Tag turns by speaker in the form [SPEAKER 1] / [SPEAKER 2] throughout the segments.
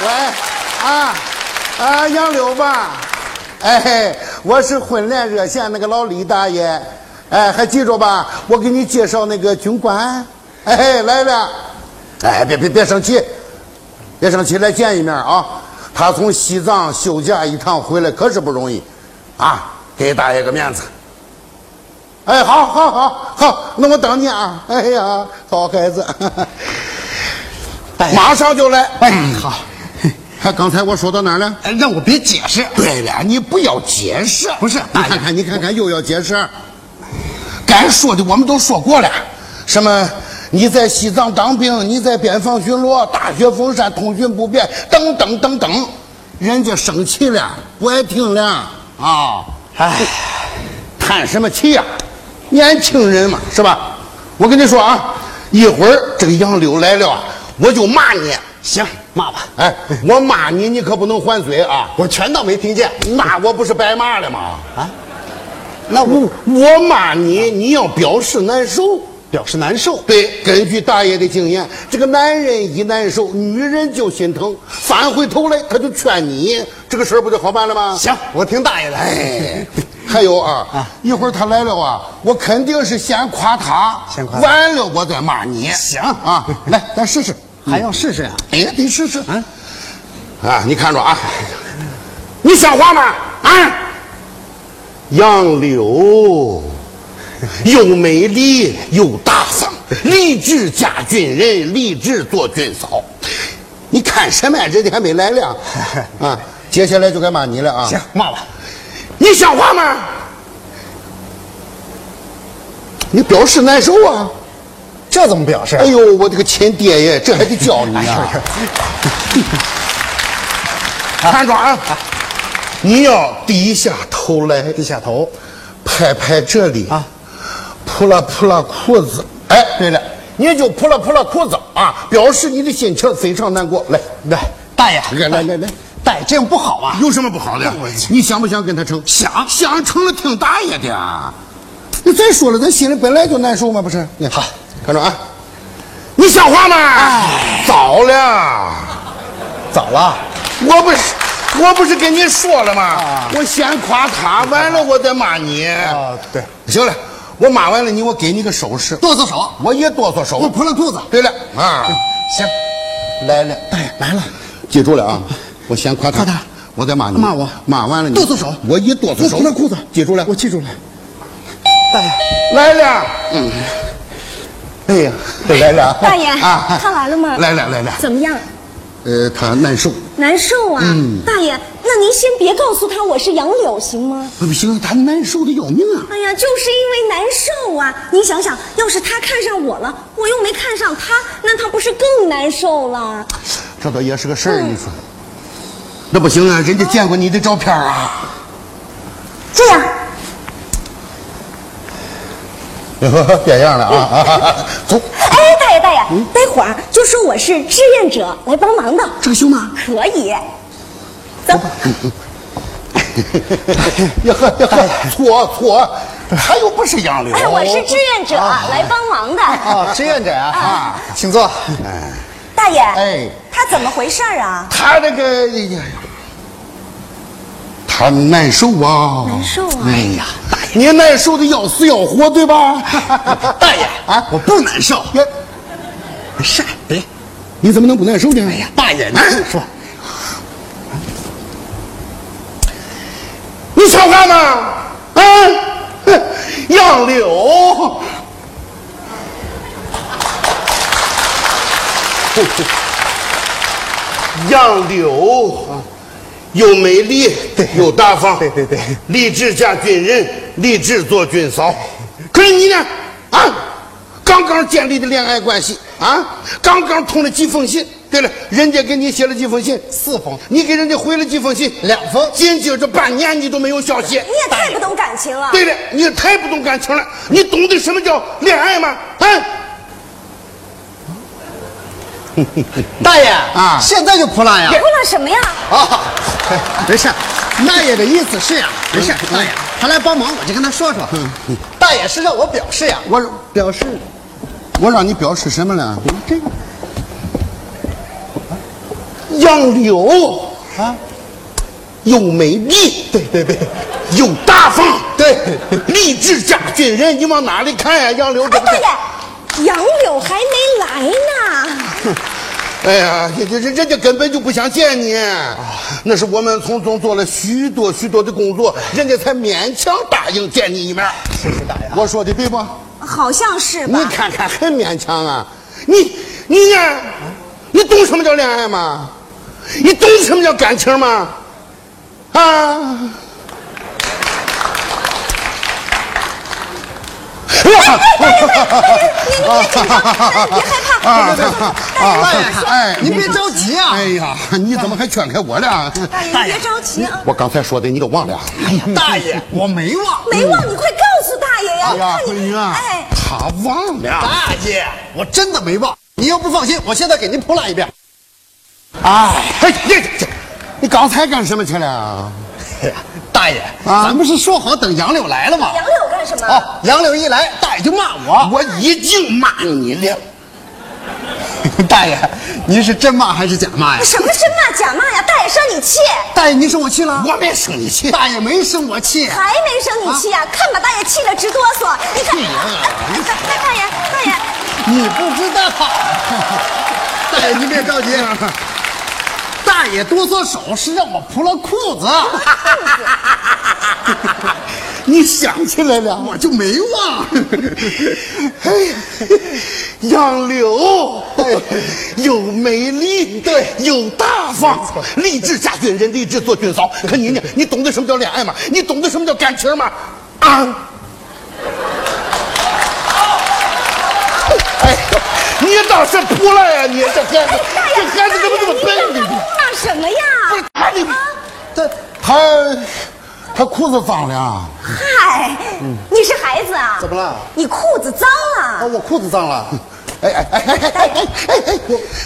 [SPEAKER 1] 喂，啊，啊，杨柳吧，哎，我是婚恋热线那个老李大爷，哎，还记住吧？我给你介绍那个军官，哎，来了，哎，别别别生气，别生气，来见一面啊！他从西藏休假一趟回来可是不容易，啊，给大爷个面子。哎，好，好，好，好，那我等你啊！哎呀，好孩子，
[SPEAKER 2] 大爷
[SPEAKER 1] 马上就来。
[SPEAKER 2] 哎，好，
[SPEAKER 1] 哎，刚才我说到哪儿了？
[SPEAKER 2] 哎让我别解释。
[SPEAKER 1] 对了，你不要解释，
[SPEAKER 2] 不是
[SPEAKER 1] 你
[SPEAKER 2] 大爷
[SPEAKER 1] 看看，你看看，又要解释，
[SPEAKER 2] 该说的我们都说过了。
[SPEAKER 1] 什么？你在西藏当兵，你在边防巡逻，大雪封山，通讯不便，等等等等，人家生气了，不爱听了啊！
[SPEAKER 2] 哎，
[SPEAKER 1] 叹什么气呀、年轻人嘛，是吧？我跟你说啊，一会儿这个杨柳来了啊，我就骂你。
[SPEAKER 2] 行，骂吧。
[SPEAKER 1] 哎，我骂你，你可不能还嘴啊！
[SPEAKER 2] 我全当没听见。
[SPEAKER 1] 那我不是白骂了吗？
[SPEAKER 2] 啊，那
[SPEAKER 1] 我
[SPEAKER 2] 我
[SPEAKER 1] 我骂你，你要表示难受。
[SPEAKER 2] 表示难受。
[SPEAKER 1] 对，根据大爷的经验，这个男人一难受，女人就心疼，反回头来他就劝你，这个事儿不就好办了吗？
[SPEAKER 2] 行，我听大爷的。
[SPEAKER 1] 哎，还有 啊，一会儿他来了啊，我肯定是先夸他，
[SPEAKER 2] 先夸他
[SPEAKER 1] 完了我再骂你。
[SPEAKER 2] 行
[SPEAKER 1] 啊，来，咱试试，
[SPEAKER 2] 还要试试啊？
[SPEAKER 1] 哎呀，得试试
[SPEAKER 2] 啊，
[SPEAKER 1] 啊！你看着啊，你像话吗？啊，杨 柳又美丽又大方，立志嫁军人，立志做军嫂。你看什么呀？人家还没来呢。啊， 接下来就该骂你了啊！
[SPEAKER 2] 行，骂吧。
[SPEAKER 1] 你像话吗？你表示难受啊！
[SPEAKER 2] 这怎么表示
[SPEAKER 1] 哎呦，我这个亲爹爷，这还得教你啊
[SPEAKER 2] 哎
[SPEAKER 1] 呀、
[SPEAKER 2] 呀，
[SPEAKER 1] 看着啊，你要低下头来，
[SPEAKER 2] 低下头。
[SPEAKER 1] 拍拍这里
[SPEAKER 2] 啊，
[SPEAKER 1] 扑啦扑啦裤子。哎，对了，你就扑啦扑啦裤子啊，表示你的心情非常难过。来，
[SPEAKER 2] 来，大爷，
[SPEAKER 1] 来来来来，
[SPEAKER 2] 大爷这样不好啊。
[SPEAKER 1] 有什么不好的
[SPEAKER 2] 我去
[SPEAKER 1] 你想不想跟他成？
[SPEAKER 2] 想
[SPEAKER 1] 想成了挺大爷的啊！你再说了，咱心里本来就难受嘛，不是？你
[SPEAKER 2] 好，
[SPEAKER 1] 看着啊，你像话吗？
[SPEAKER 2] 哎
[SPEAKER 1] 早了，
[SPEAKER 2] 早了。
[SPEAKER 1] 我不是。我不是跟你说了吗？
[SPEAKER 2] 啊
[SPEAKER 1] 我先夸他，完了我再骂你。
[SPEAKER 2] 啊，对，
[SPEAKER 1] 行了，我骂完了你，我给你个手势。
[SPEAKER 2] 剁剁手，
[SPEAKER 1] 我也哆嗦手。
[SPEAKER 2] 扑了兔子。
[SPEAKER 1] 对了啊，
[SPEAKER 2] 行，
[SPEAKER 1] 来了，
[SPEAKER 2] 哎，来了，
[SPEAKER 1] 记住了啊，我先夸他，
[SPEAKER 2] 嗯夸他
[SPEAKER 1] 我再骂你，
[SPEAKER 2] 骂我
[SPEAKER 1] 骂完了你
[SPEAKER 2] 剁剁手
[SPEAKER 1] 我一哆嗦手，
[SPEAKER 2] 我脱了裤子
[SPEAKER 1] 记住了，
[SPEAKER 2] 我记住了。大爷，
[SPEAKER 1] 来了，嗯，哎呀，来了，
[SPEAKER 3] 大爷
[SPEAKER 1] 啊，
[SPEAKER 3] 他来了吗
[SPEAKER 1] 来了来了，
[SPEAKER 3] 怎么样？
[SPEAKER 1] 呃，他难受，
[SPEAKER 3] 难受啊，
[SPEAKER 1] 嗯
[SPEAKER 3] 大爷，那您先别告诉他我是杨柳行吗？
[SPEAKER 1] 不行，他难受的要命啊。
[SPEAKER 3] 哎呀，就是因为难受啊！您想想，要是他看上我了，我又没看上他，那他不是更难受了？
[SPEAKER 1] 这倒也是个事
[SPEAKER 3] 嗯
[SPEAKER 1] 儿，你说，那不行啊，人家见过你的照片啊，
[SPEAKER 3] 这 样，哎
[SPEAKER 1] 变样了啊， 走，
[SPEAKER 3] 哎，大爷大爷，
[SPEAKER 1] 嗯
[SPEAKER 3] 待会儿啊就说我是志愿者来帮忙的，
[SPEAKER 1] 这个行吗？哦
[SPEAKER 3] 可以。走，
[SPEAKER 1] 呀呵呀呵，错错，他又不是杨柳，
[SPEAKER 3] 哎，我是志愿
[SPEAKER 1] 哦
[SPEAKER 3] 者
[SPEAKER 1] 啊
[SPEAKER 3] 来帮忙的。
[SPEAKER 2] 哦，志愿者啊，啊请坐。
[SPEAKER 3] 大爷，
[SPEAKER 1] 哎
[SPEAKER 3] 他怎么回事儿啊？
[SPEAKER 1] 他这个，哎呀他难受啊，
[SPEAKER 3] 难受啊
[SPEAKER 1] 哎呀，你难受的要死要活，对 吧？
[SPEAKER 2] 大爷
[SPEAKER 1] 啊
[SPEAKER 2] 啊，我不难受。
[SPEAKER 1] 呀
[SPEAKER 2] 没事，别。
[SPEAKER 1] 你怎么能不难受呢？哎
[SPEAKER 2] 哎呀，，大爷，你说，
[SPEAKER 1] 你像话吗？啊，哼杨 柳。杨柳又美丽，又大方，
[SPEAKER 2] 嗯对对对
[SPEAKER 1] 立志嫁军人，立志做军嫂。可是你呢？啊，刚刚建立的恋爱关系啊，刚刚通了几封信。对了，人家给你写了几封信，
[SPEAKER 2] 四封
[SPEAKER 1] 你给人家回了几封信，
[SPEAKER 2] 两封
[SPEAKER 1] 仅仅这半年你都没有消息。
[SPEAKER 3] 你也太不懂感情了。
[SPEAKER 1] 对了，你也太不懂感情了，你懂得什么叫恋爱吗？啊，
[SPEAKER 2] 大爷
[SPEAKER 1] 啊
[SPEAKER 2] 现在就扑烂呀。
[SPEAKER 3] 哭了什么呀？
[SPEAKER 2] 啊， 没事，大爷的意思是呀，没事，大爷，他来帮忙，我就跟他说说。大爷是让我表示呀，
[SPEAKER 1] 我表示，我让你表示什么了？
[SPEAKER 2] 这
[SPEAKER 1] 杨柳啊，又美丽，对对对，又大方，对，励志家军人，你往哪里看呀、杨柳这
[SPEAKER 3] 哎，
[SPEAKER 1] 不
[SPEAKER 3] 对
[SPEAKER 1] 是？
[SPEAKER 3] 了，杨柳还没来呢。
[SPEAKER 1] 哎呀，人人人家根本就不想见你，那是我们从中做了许多许多的工作，人家才勉强答应见你一面。
[SPEAKER 2] 谢谢大爷啊。
[SPEAKER 1] 我说的对不？
[SPEAKER 3] 好像 是
[SPEAKER 1] 你
[SPEAKER 3] 吧？
[SPEAKER 1] 看看很勉强啊！你你呀，你懂什么叫恋爱吗？你懂什么叫感情吗？啊！
[SPEAKER 3] 别害怕，
[SPEAKER 1] 啊
[SPEAKER 2] 大爷，
[SPEAKER 1] 哎
[SPEAKER 2] 您别着急啊！
[SPEAKER 1] 哎呀， 你怎么还劝开我了？
[SPEAKER 3] 大爷，别着急啊！
[SPEAKER 1] 我刚才说的你都忘了啊？
[SPEAKER 2] 大爷，我没忘。
[SPEAKER 3] 没忘，你快告诉大爷呀！
[SPEAKER 1] 哎呀
[SPEAKER 3] 我，看
[SPEAKER 1] 闺
[SPEAKER 3] 你
[SPEAKER 1] 女啊
[SPEAKER 3] 哎，，
[SPEAKER 1] 他忘了。
[SPEAKER 2] 啊大爷，我真的没忘。您要不放心，我现在给您扑拉一遍。哎，
[SPEAKER 1] 哎，你这你刚才干什么去了？
[SPEAKER 2] 大爷，
[SPEAKER 1] 啊
[SPEAKER 2] 咱们是说好等杨柳来了吗？
[SPEAKER 3] 杨柳干什么？
[SPEAKER 2] 哦，杨柳一来，大爷就骂我。
[SPEAKER 1] 我已经骂你了。
[SPEAKER 2] 大爷，您是真骂还是假骂呀？
[SPEAKER 3] 什么真骂假骂呀？大爷生你气，
[SPEAKER 2] 大爷，您生我气了？
[SPEAKER 1] 我没生你气。
[SPEAKER 2] 大爷没生我气。
[SPEAKER 3] 还没生你气呀？看把大爷气得直哆嗦！你看，大大爷，大爷，
[SPEAKER 2] 你不知道， 大爷您别着 急，大爷哆嗦手是让我扑了裤 子，
[SPEAKER 1] 你想起来了？
[SPEAKER 2] 我就没忘。
[SPEAKER 1] 哎，杨柳，又美丽，对，又大方，励志嫁军人，励志做军嫂。可你呢？你懂得什么叫恋爱吗？你懂得什么叫感情吗？啊！
[SPEAKER 2] 啊
[SPEAKER 1] 哎，你倒是扑了呀！你这孩子，
[SPEAKER 2] 哎
[SPEAKER 3] 大爷，
[SPEAKER 1] 这孩子怎么这么笨
[SPEAKER 3] 大爷你
[SPEAKER 1] 呢？
[SPEAKER 3] 大骂什么呀？
[SPEAKER 1] 他你他他他裤子脏了，
[SPEAKER 3] 嗨，你是孩子啊？
[SPEAKER 2] 怎么了？
[SPEAKER 3] 你裤子脏
[SPEAKER 2] 啊，
[SPEAKER 3] 了。
[SPEAKER 2] 我裤子脏了。
[SPEAKER 1] 哎哎哎哎哎哎哎！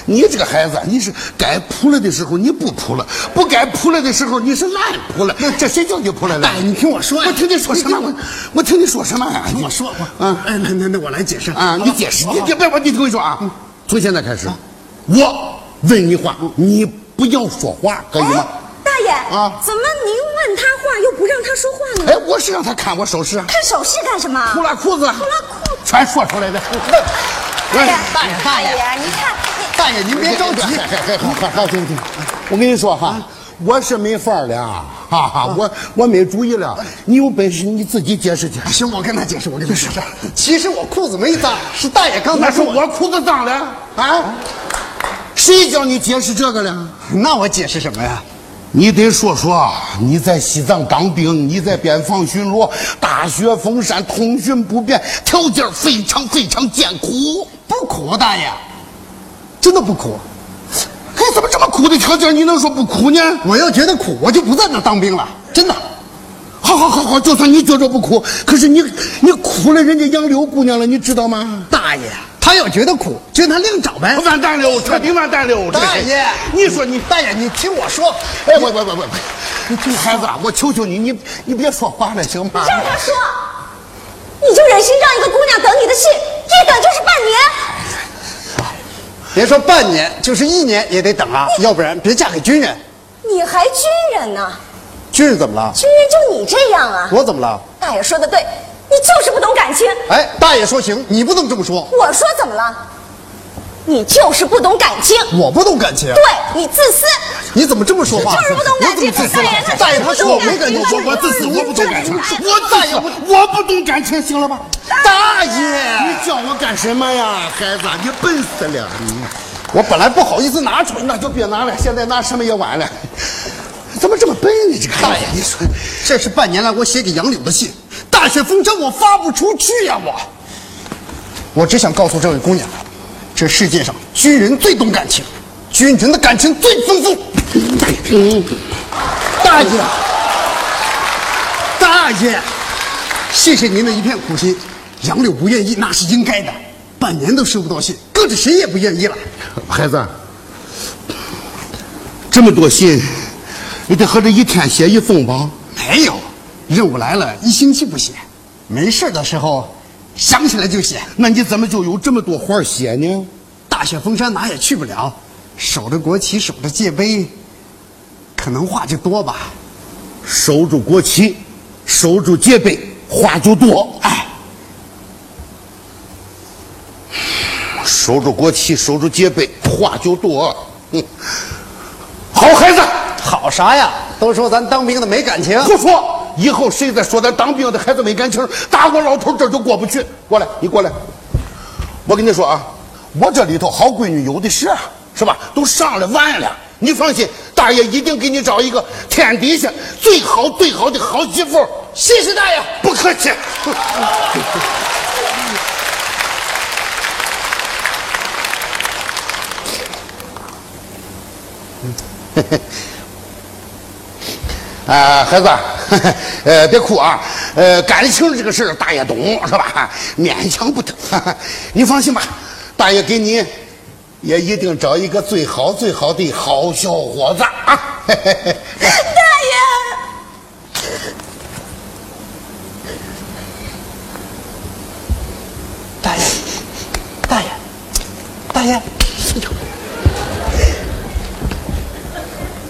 [SPEAKER 1] 你这个孩子，你是该扑了的时候你不扑了，不该扑了的时候你是烂扑了。这谁叫你扑了的？
[SPEAKER 2] 大爷，你听我说呀，
[SPEAKER 1] 我听你说什么？我我听你说什么呀？
[SPEAKER 2] 听我说，我
[SPEAKER 1] 嗯
[SPEAKER 2] 哎，那那那我来解释
[SPEAKER 1] 啊！你解释，你你别我，你听我说啊，从现在开始，我问你话，你不要说话，可以吗
[SPEAKER 3] 哎？，大爷
[SPEAKER 1] 啊
[SPEAKER 3] 怎么您问他话又不让他说话呢？
[SPEAKER 1] 哎，我是让他看我手势啊，
[SPEAKER 3] 看手势干什么？
[SPEAKER 1] 扑拉裤子，啊
[SPEAKER 3] 脱了裤子。哎
[SPEAKER 1] 全说出来的。哎
[SPEAKER 3] 大爷，
[SPEAKER 2] 大爷大爷
[SPEAKER 3] 大爷，你看你。
[SPEAKER 2] 大爷您别着急，
[SPEAKER 1] 好好好，行行，我跟你说哈，我是没法儿了啊，哈哈，我我没主意了，你有本事你自己解释去。
[SPEAKER 2] 行，我跟他解释，我跟他解释， 其实我裤子没脏，是大爷刚才
[SPEAKER 1] 那是
[SPEAKER 2] 说我，
[SPEAKER 1] 我裤子脏了啊，谁叫你解释这个了？
[SPEAKER 2] 那我解释什么呀？
[SPEAKER 1] 你得说说你在西藏当兵，你在边防巡逻，大雪封山，通讯不便，条件非常非常艰苦。
[SPEAKER 2] 不苦，大爷，真的不苦。
[SPEAKER 1] 哎，怎么这么苦的条件你能说不苦呢？
[SPEAKER 2] 我要觉得苦，我就不在那当兵了，真的。
[SPEAKER 1] 好好好好，就算你觉着不苦，可是你你苦了人家杨柳姑娘了，你知道吗？
[SPEAKER 2] 大爷，他要觉得苦，就让他另找呗。
[SPEAKER 1] 完蛋了，我彻底完蛋了！我这
[SPEAKER 2] 哎大爷，
[SPEAKER 1] 你说你，
[SPEAKER 2] 大爷，你听我说，
[SPEAKER 1] 哎，我我我我，你听孩子啊，我求求你，你你别说话了，行 吗？
[SPEAKER 3] 让他说，你就忍心让一个姑娘等你的信，一等就是半年？
[SPEAKER 2] 别说半年，就是一年也得等啊，要不然别嫁给军人。
[SPEAKER 3] 你还军人呢？
[SPEAKER 2] 军人怎么了？
[SPEAKER 3] 军人就你这样啊？
[SPEAKER 2] 我怎么了？
[SPEAKER 3] 大爷说的对，你就是不懂感情。
[SPEAKER 2] 哎，大爷说行，你不能这么说，
[SPEAKER 3] 我说怎么了？你就是不懂感情，
[SPEAKER 2] 我不懂感情
[SPEAKER 3] 对。你自私。
[SPEAKER 2] 你怎么这么说话？
[SPEAKER 3] 你就是不懂感情
[SPEAKER 2] 我怎么自私
[SPEAKER 3] 大爷他
[SPEAKER 2] 了？大爷，他说我没感情，
[SPEAKER 3] 就是不懂感情
[SPEAKER 2] 我我自私，我不懂感情，我大爷，我
[SPEAKER 1] 我不懂感情，行了吧？
[SPEAKER 2] 大爷，
[SPEAKER 1] 你叫我干什么呀，孩子？你笨死了！
[SPEAKER 2] 我本来不好意思拿出来。
[SPEAKER 1] 那就别拿了，现在拿什么也晚了。怎么这么笨呢？这个
[SPEAKER 2] 大爷，你说这是半年来我写给杨柳的信，大雪封山，我发不出去呀、我。我只想告诉这位姑娘，这世界上军人最懂感情，军人的感情最丰富。大爷，大爷，谢谢您的一片苦心，杨柳不愿意那是应该的，半年都收不到信，搁着谁也不愿意了。
[SPEAKER 1] 孩子，啊这么多信，你得合着一天写一封吧？
[SPEAKER 2] 没有，任务来了一星期不写，没事儿的时候想起来就写。
[SPEAKER 1] 那你怎么就有这么多话写呢？
[SPEAKER 2] 大雪封山哪也去不了，守着国旗，守着界碑，可能话就多吧。
[SPEAKER 1] 守住国旗，守住戒备，话就多。
[SPEAKER 2] 哎，
[SPEAKER 1] 守住国旗，守住戒备，话就多。嗯，好孩子，
[SPEAKER 2] 好啥呀？都说咱当兵的没感情，
[SPEAKER 1] 胡说！以后谁再说咱当兵的孩子没感情，打我老头这儿就过不去。过来，你过来。我跟你说啊，我这里头好闺女有的是，啊是吧？都上了万了。你放心，大爷一定给你找一个天底下最好最好的好媳妇。
[SPEAKER 2] 谢谢大爷。
[SPEAKER 1] 不客气。啊，孩子，呵呵呃，别哭啊，呃，感情这个事儿大爷懂是吧？勉强不得， 哈哈你放心吧，大爷给你也一定找一个最好最好的好小伙子啊！嘿嘿嘿
[SPEAKER 3] 大
[SPEAKER 2] 大爷，大爷，大爷，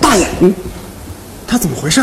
[SPEAKER 2] 大爷，嗯，他怎么回事？